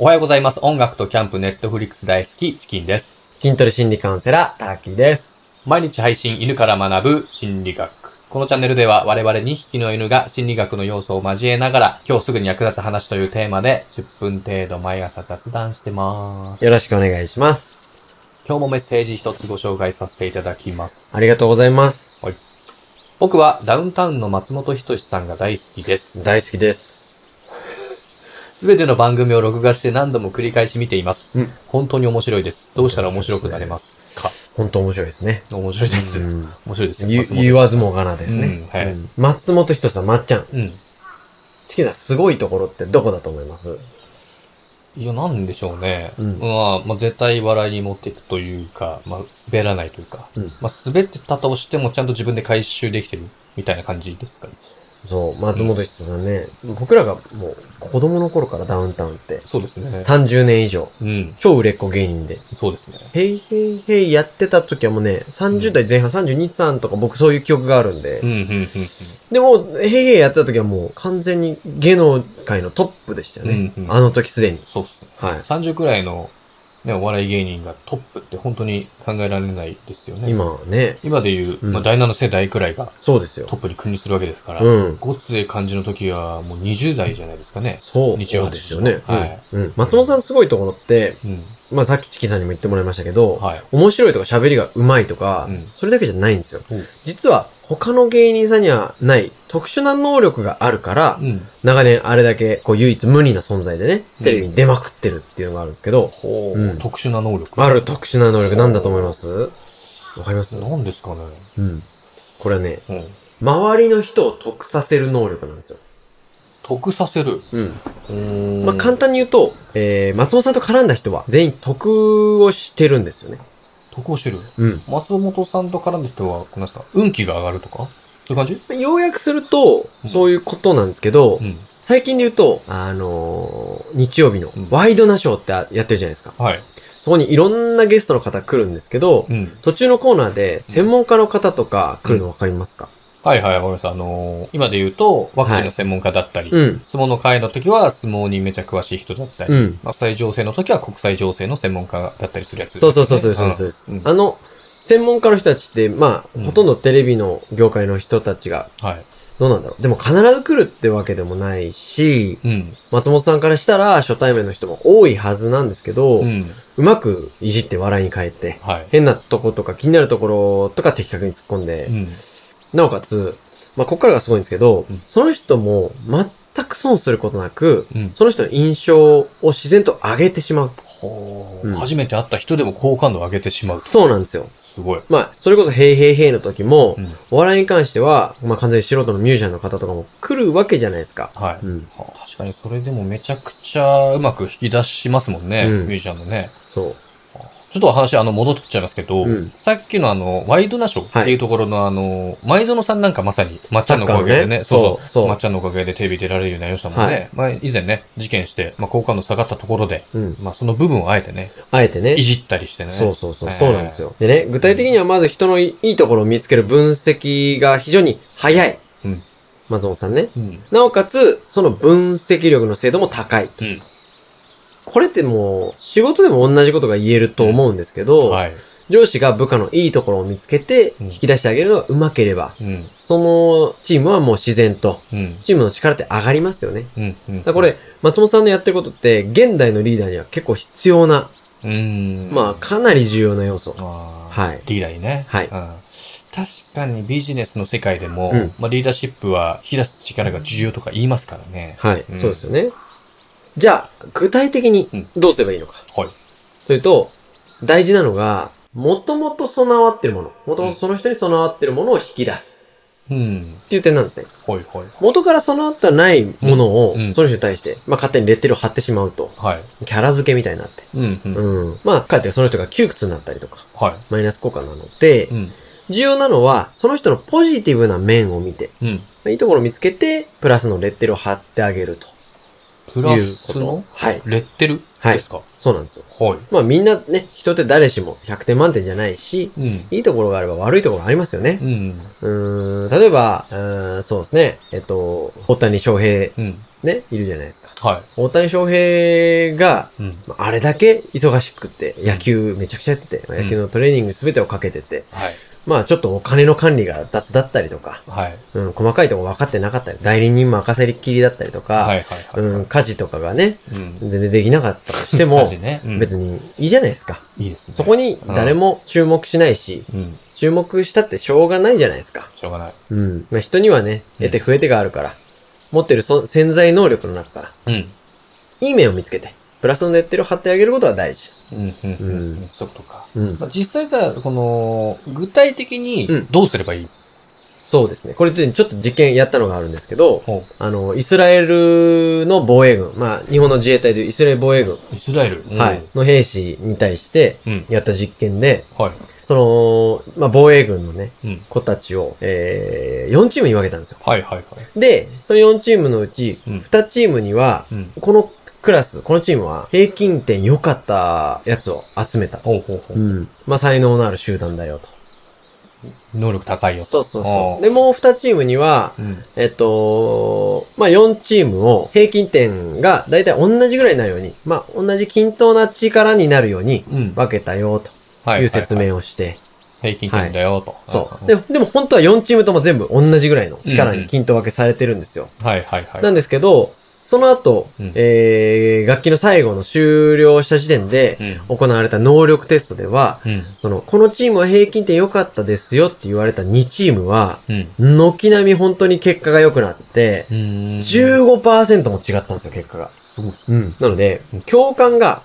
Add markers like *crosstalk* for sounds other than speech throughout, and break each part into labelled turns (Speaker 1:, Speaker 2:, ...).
Speaker 1: おはようございます。音楽とキャンプ、ネットフリックス大好き、チキンです。
Speaker 2: 筋トレ心理カウンセラー、ターキーです。
Speaker 1: 毎日配信、犬から学ぶ心理学。このチャンネルでは我々2匹の犬が心理学の要素を交えながら、今日すぐに役立つ話というテーマで10分程度毎朝雑談してます。
Speaker 2: よろしくお願いします。
Speaker 1: 今日もメッセージ一つご紹介させていただきます。
Speaker 2: ありがとうございます。
Speaker 1: 僕はダウンタウンの松本人志さんが大好きです。
Speaker 2: 大好きです。
Speaker 1: すべての番組を録画して何度も繰り返し見ています。
Speaker 2: うん
Speaker 1: 本当に面白いです。どうしたら面白くなれますか
Speaker 2: 本当面白いですね。
Speaker 1: 面白いです。
Speaker 2: うん
Speaker 1: 面白いです。
Speaker 2: ゆ
Speaker 1: 松本
Speaker 2: 言わずもがなですね。
Speaker 1: うんはい
Speaker 2: うん松本人志さん、まっちゃん。
Speaker 1: うん。
Speaker 2: チキンさん、すごいところってどこだと思います
Speaker 1: いや、なんでしょうね。
Speaker 2: うん
Speaker 1: まあ、まあ、絶対笑いに持っていくというか、まあ、滑らないというか、
Speaker 2: うん
Speaker 1: まあ、滑ってたとしても、ちゃんと自分で回収できてるみたいな感じですかね。
Speaker 2: そう、松本人志さんね、僕らがもう子供の頃からダウンタウンって、
Speaker 1: そうですね。
Speaker 2: 30年以上、
Speaker 1: うん、
Speaker 2: 超売れっ子芸人で、
Speaker 1: そうですね。
Speaker 2: ヘイヘイヘイやってた時はもうね、30代前半、32、3とか僕そういう記憶があるんで、
Speaker 1: うん、うん、うん
Speaker 2: でも、ヘイヘイやってた時はもう完全に芸能界のトップでしたよね。
Speaker 1: うんうん
Speaker 2: あの時すでに。
Speaker 1: そうですね。
Speaker 2: は
Speaker 1: 30くらいの、ね、お笑い芸人がトップって本当に考えられないですよね。。
Speaker 2: 今はね、
Speaker 1: 今でいう、
Speaker 2: うん
Speaker 1: まあ、第7世代くらいが
Speaker 2: そうですよ
Speaker 1: ト。ップに君臨するわけですから、
Speaker 2: うん。
Speaker 1: ごつえ感じの時はもう20代じゃないですかね。
Speaker 2: そう。
Speaker 1: 日曜
Speaker 2: そう
Speaker 1: 8
Speaker 2: ですよね、
Speaker 1: はい
Speaker 2: うん。うん。松本さんのすごいところって、
Speaker 1: うん。
Speaker 2: まあさっきチキさんにも言ってもらいましたけど、
Speaker 1: はい。
Speaker 2: 面白いとか喋りが上手いとか、
Speaker 1: うん
Speaker 2: それだけじゃないんですよ
Speaker 1: うん。
Speaker 2: 実は他の芸人さんにはない特殊な能力があるから
Speaker 1: う、ん。
Speaker 2: 長年あれだけこう唯一無二な存在でね、テレビに出まくってるっていうのがあるんですけど、
Speaker 1: ほう、
Speaker 2: うん
Speaker 1: 特殊な能力。
Speaker 2: ある特殊な能力なんだと思いますわかります
Speaker 1: 何ですかね。
Speaker 2: うん。これはね、
Speaker 1: うん。
Speaker 2: 周りの人を得させる能力なんですよ。
Speaker 1: 得させる。
Speaker 2: うん。
Speaker 1: うん
Speaker 2: まあ、簡単に言うと、えー、松本さんと絡んだ人は全員得をしてるんですよね。
Speaker 1: 得をしてる。
Speaker 2: うん。
Speaker 1: 松本さんと絡んでる人は、こんなんですか運気が上がるとかそういう感じ
Speaker 2: ようやくすると
Speaker 1: うん、
Speaker 2: そういうことなんですけど、
Speaker 1: うん。
Speaker 2: 最近で言うと、あのー日曜日の
Speaker 1: うん
Speaker 2: ワイドナショーってあやってるじゃないですか。
Speaker 1: はい。
Speaker 2: そこにいろんなゲストの方来るんですけど、
Speaker 1: うん。
Speaker 2: 途中のコーナーで専門家の方とか来るのわかりますか、
Speaker 1: はいはい、わかりました。あのー今で言うと、ワクチンの専門家だったり、
Speaker 2: うん。
Speaker 1: 相撲の会の時は相撲にめちゃ詳しい人だったり、
Speaker 2: うん。
Speaker 1: 国際情勢の時は国際情勢の専門家だったりするやつ、
Speaker 2: そうそうそうそうそうそうです、
Speaker 1: うん
Speaker 2: あの、専門家の人たちって、まあ、
Speaker 1: うん
Speaker 2: ほとんどテレビの業界の人たちが、
Speaker 1: うんはい。
Speaker 2: どうなんだろう。でも必ず来るってわけでもないし、
Speaker 1: うん。
Speaker 2: 松本さんからしたら初対面の人も多いはずなんですけ
Speaker 1: う。
Speaker 2: ど、うんまくいじって笑いに変えて、
Speaker 1: はい。
Speaker 2: 変なとことか気になるところとか的確に突っ込んで、
Speaker 1: うん。
Speaker 2: なおかつ、まあ、こっからがすごいんですけど、
Speaker 1: うん
Speaker 2: その人も全く損することなく、
Speaker 1: うん。
Speaker 2: その人の印象を自然と上げてしまう。
Speaker 1: ほ
Speaker 2: うん
Speaker 1: う。初めて会った人でも好感度を上げてしまう。す
Speaker 2: そうなんですよ。
Speaker 1: ごい。
Speaker 2: まあ、それこそ、へいへいへいの時も、
Speaker 1: うん。
Speaker 2: お笑いに関しては、まあ、完全に素人のミュージシャンの方とかも来るわけじゃないですか。
Speaker 1: はい。
Speaker 2: うん。
Speaker 1: はあ確かにそれでもめちゃくちゃうまく引き出しますもんね、
Speaker 2: う
Speaker 1: ミュ
Speaker 2: ん
Speaker 1: ージシャンのね。
Speaker 2: そ
Speaker 1: ちょっとお話あの戻っちゃいますけど、
Speaker 2: う。うん。
Speaker 1: さっきのあの、ワイドナショーっていうところのあの、前園さんなんかまさに、まっちゃんのおかげでね、
Speaker 2: サッカーの
Speaker 1: そうそう
Speaker 2: ねそうそう
Speaker 1: まっちゃんのおかげでテレビ出られるようになりましたもんね。
Speaker 2: は
Speaker 1: まあ以前ね、事件して、まあ好感度下がったところで、
Speaker 2: うん。
Speaker 1: まあその部分をあえてね、
Speaker 2: あえてね
Speaker 1: い。じったりしてね。
Speaker 2: そうそうそう。
Speaker 1: えー
Speaker 2: そうなんですよ。でね、具体的にはまず人のいいいところを見つける分析が非常に早い。
Speaker 1: うん。
Speaker 2: 松本さんね。
Speaker 1: うん。
Speaker 2: なおかつ、その分析力の精度も高い。
Speaker 1: うん。
Speaker 2: これってもう、仕事でも同じことが言えると思うんですけど、
Speaker 1: はい。
Speaker 2: 上司が部下のいいところを見つけて、
Speaker 1: うん
Speaker 2: 引き出してあげるのが上手ければ、
Speaker 1: うん。
Speaker 2: そのチームはもう自然と、
Speaker 1: うん。
Speaker 2: チームの力って上がりますよね。
Speaker 1: うん。うん
Speaker 2: だからこ、れ、松本さんのやってることって、現代のリーダーには結構必要な、
Speaker 1: うん。
Speaker 2: まあ、かなり重要な要素。
Speaker 1: あー
Speaker 2: はい
Speaker 1: リーダーにね。
Speaker 2: はい
Speaker 1: うん確かにビジネスの世界でも、
Speaker 2: うん
Speaker 1: まあ、リーダーシップは引き出す力が重要とか言いますからね。
Speaker 2: はい、
Speaker 1: うん
Speaker 2: そうですよね。じゃあ、具体的に
Speaker 1: うん
Speaker 2: どうすればいいのか。
Speaker 1: はい。
Speaker 2: それと、大事なのが、もともと備わってるもの、もともとその人に備わってるものを引き出す
Speaker 1: うん。
Speaker 2: っていう点なんですね。
Speaker 1: はいはい。
Speaker 2: 元から備わってないものを
Speaker 1: うんうん、
Speaker 2: その人に対して、まあ勝手にレッテルを貼ってしまうと、
Speaker 1: はい。
Speaker 2: キャラ付けみたいになって。
Speaker 1: うん、うん。
Speaker 2: うん。まあ、かえってその人が窮屈になったりとか、
Speaker 1: は
Speaker 2: マイナス効果なの
Speaker 1: い。
Speaker 2: で
Speaker 1: う、ん。
Speaker 2: 重要なのは、その人のポジティブな面を見て、
Speaker 1: うん。
Speaker 2: まあいいところを見つけて、プラスのレッテルを貼ってあげると
Speaker 1: プラ
Speaker 2: いうこ
Speaker 1: ス
Speaker 2: と
Speaker 1: の。
Speaker 2: はい。
Speaker 1: レッテル
Speaker 2: はい
Speaker 1: ですか、は
Speaker 2: そうなんですよ。
Speaker 1: い、
Speaker 2: まあみんなね、人って誰しも100点満点じゃないし、
Speaker 1: うん。
Speaker 2: いいところがあれば悪いところありますよね
Speaker 1: う。ん。
Speaker 2: うーん、例えば、うーん、そうですね。えっと、大谷翔平
Speaker 1: うん。
Speaker 2: ね、いるじゃないですか。
Speaker 1: は
Speaker 2: 大谷翔平が、
Speaker 1: い。うん。
Speaker 2: まああれだけ忙しくって、野球めちゃくちゃやってて、まあ
Speaker 1: うん
Speaker 2: 野球のトレーニング全てをかけてて、
Speaker 1: はい。
Speaker 2: まあちょっとお金の管理が雑だったりとか、
Speaker 1: はい。
Speaker 2: うん、細かいとこ分かってなかったり、代理人任せっきりだったりとか、
Speaker 1: はい。はい。
Speaker 2: うん、家事とかがね、
Speaker 1: うん。
Speaker 2: 全然できなかったとしても
Speaker 1: *laughs* 家、事ね、
Speaker 2: 別
Speaker 1: に。
Speaker 2: にいいじゃないですか。
Speaker 1: いいですね。
Speaker 2: そこに誰も注目しないし、
Speaker 1: うん。
Speaker 2: 注目したってしょうがないじゃないですか。
Speaker 1: しょうがない。
Speaker 2: うん。まあ、人にはね、
Speaker 1: うん
Speaker 2: 得て増えてがあるから、持ってるそ潜在能力の中から、
Speaker 1: うん。
Speaker 2: いい面を見つけて、プラスのネットを張ってあげることは大事。
Speaker 1: うん。うん。うん。
Speaker 2: う
Speaker 1: そういうことか。
Speaker 2: うん。
Speaker 1: まあ、実際さ、この、具体的に
Speaker 2: うん
Speaker 1: どうすればいい、
Speaker 2: そうですね。これでちょっと実験やったのがあるんですけど、
Speaker 1: ほ
Speaker 2: あの、イスラエルの防衛軍、まあ、日本の自衛隊でいうイスラエル防衛軍、
Speaker 1: うイスラエル。うん
Speaker 2: はい。。の兵士に対して、
Speaker 1: うん。
Speaker 2: やった実験で、
Speaker 1: はい。
Speaker 2: その、まあ、防衛軍のね、
Speaker 1: うん。
Speaker 2: 子たちを、えー、4チームに分けたんですよ。
Speaker 1: はいはいはい。
Speaker 2: で、その4チームのうち、
Speaker 1: うん
Speaker 2: 2チームには、
Speaker 1: うん。
Speaker 2: このクラス、このチームは、平均点良かったやつを集めた。
Speaker 1: ほうほうほう。
Speaker 2: うん。まあ、才能のある集団だよと。
Speaker 1: 能力高いよ。
Speaker 2: そうそう
Speaker 1: あ
Speaker 2: そ
Speaker 1: ー
Speaker 2: う。で、もう2チームには、
Speaker 1: うん。
Speaker 2: えっと、まあ、4チームを、平均点が大体同じぐらいになるように、まあ、同じ均等な力になるように
Speaker 1: うん。
Speaker 2: 分けたよと
Speaker 1: はいいう
Speaker 2: 説。明をして、
Speaker 1: 平均点だよと。
Speaker 2: そう。
Speaker 1: ん
Speaker 2: で、でも本当は4チームとも全部同じぐらいの力
Speaker 1: うんう
Speaker 2: に
Speaker 1: ん
Speaker 2: 均等分けされてるんですよ。
Speaker 1: はいはいはい。
Speaker 2: なんですけど、その後、
Speaker 1: うん
Speaker 2: えー、楽器の最後の終了した時点で、
Speaker 1: うん。
Speaker 2: 行われた能力テストでは、
Speaker 1: うん。
Speaker 2: その、このチームは平均点良かったですよって言われた2チームは、
Speaker 1: うん。
Speaker 2: 軒並み本当に結果が良くなって、
Speaker 1: うん。
Speaker 2: 15%も違ったんですよ、結果が。
Speaker 1: すごいっす
Speaker 2: うん。なので
Speaker 1: うん、
Speaker 2: 教官が、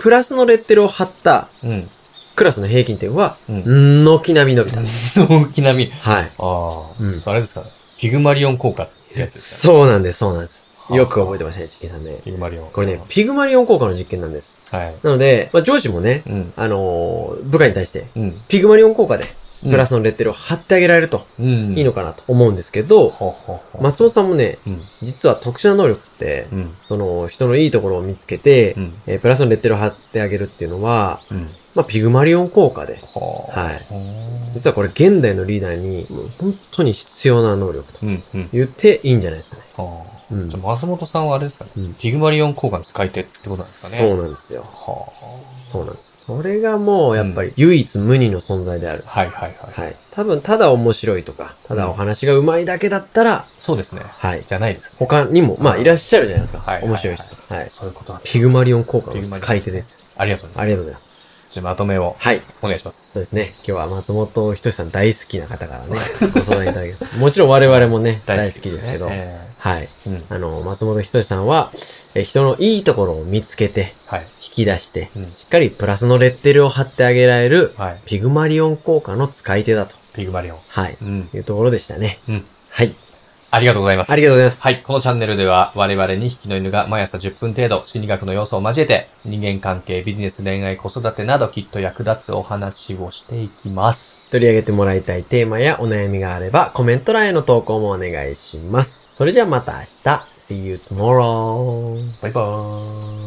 Speaker 2: プラスのレッテルを貼った
Speaker 1: うん。
Speaker 2: クラスの平均点は、
Speaker 1: うん。
Speaker 2: 軒並み伸びたんです。
Speaker 1: 大きなみ。
Speaker 2: はい。
Speaker 1: ああ。
Speaker 2: うん
Speaker 1: あれですかね。ピグマリオン効果ってやつですか
Speaker 2: そうなんです、そうなんです。
Speaker 1: はあ
Speaker 2: よく覚えてましたね、チキンさんね。
Speaker 1: ピグマリオン。
Speaker 2: これね、ピグマリオン効果の実験なんです。
Speaker 1: はい。
Speaker 2: なので、まあ、上司もね、
Speaker 1: うん。
Speaker 2: あのー部下に対して、
Speaker 1: うん。
Speaker 2: ピグマリオン効果で、プラ
Speaker 1: ス、
Speaker 2: スのレッテルを貼ってあげられると、
Speaker 1: うん。
Speaker 2: いいの
Speaker 1: か。
Speaker 2: かなと思うんですけど、
Speaker 1: ほうほうほう。
Speaker 2: 松本さんもね、
Speaker 1: うん。
Speaker 2: 実は特殊な能力って、
Speaker 1: うん。
Speaker 2: その、人のいいところを見つけて、
Speaker 1: うん。
Speaker 2: えープラスのレッテルを貼ってあげるっていうのは、
Speaker 1: うん。
Speaker 2: まあ、ピグマリオン効果で、
Speaker 1: はあ。
Speaker 2: はい。
Speaker 1: ほ
Speaker 2: 実はこれ現代のリーダーに、もう本当に必要な能力と
Speaker 1: ううん。うん。
Speaker 2: 言っていいんじゃないですかね。
Speaker 1: ああ。
Speaker 2: うん
Speaker 1: じゃあ、松本さんはあれですかね、
Speaker 2: うん
Speaker 1: ピグマリオン効果の使い手ってことなんですかね。
Speaker 2: そうなんですよ。
Speaker 1: は
Speaker 2: そうなんです。それがもう、やっぱり唯一無二の存在である
Speaker 1: あ。。はいはいはい。
Speaker 2: はい。多分、ただ面白いとか、ただお話が上手いだけだったら、
Speaker 1: そうですね。
Speaker 2: はい。
Speaker 1: じゃないですね。
Speaker 2: 他にも、まあ、いらっしゃるじゃないですか。
Speaker 1: はい
Speaker 2: 面白い人とか。はい。
Speaker 1: そういうことなんです。
Speaker 2: ピグマリオン効果の使い手ですよ。
Speaker 1: ありがとうございま
Speaker 2: ありがとうございます。
Speaker 1: す。じゃあまとめを
Speaker 2: はい。
Speaker 1: お願いします。
Speaker 2: そうですね。今日は松本人志さん大好きな方 *laughs* からね、ご相談いただきました。もちろん我々もね、大好きですけど、
Speaker 1: え
Speaker 2: はい。
Speaker 1: えうん。
Speaker 2: あの、松本人志さんは、え人のいいところを見つけて、
Speaker 1: はい。
Speaker 2: 引き出して、
Speaker 1: うん
Speaker 2: しっかりプラスのレッテルを貼ってあげられる、
Speaker 1: はい。
Speaker 2: ピグマリオン効果の使い手だと。
Speaker 1: ピグマリオン。
Speaker 2: はい。
Speaker 1: うん。
Speaker 2: いうところでしたね。
Speaker 1: うん。
Speaker 2: はい。
Speaker 1: ありがとうございます。
Speaker 2: ありがとうございます
Speaker 1: はい。このチャンネルでは我々2匹の犬が毎朝10分程度心理学の要素を交えて人間関係、ビジネス、恋愛、子育てなどきっと役立つお話をしていきます。
Speaker 2: 取り上げてもらいたいテーマやお悩みがあれば、コメント欄への投稿もお願いします。それじゃあまた明日。See you tomorrow.
Speaker 1: バイバーイ。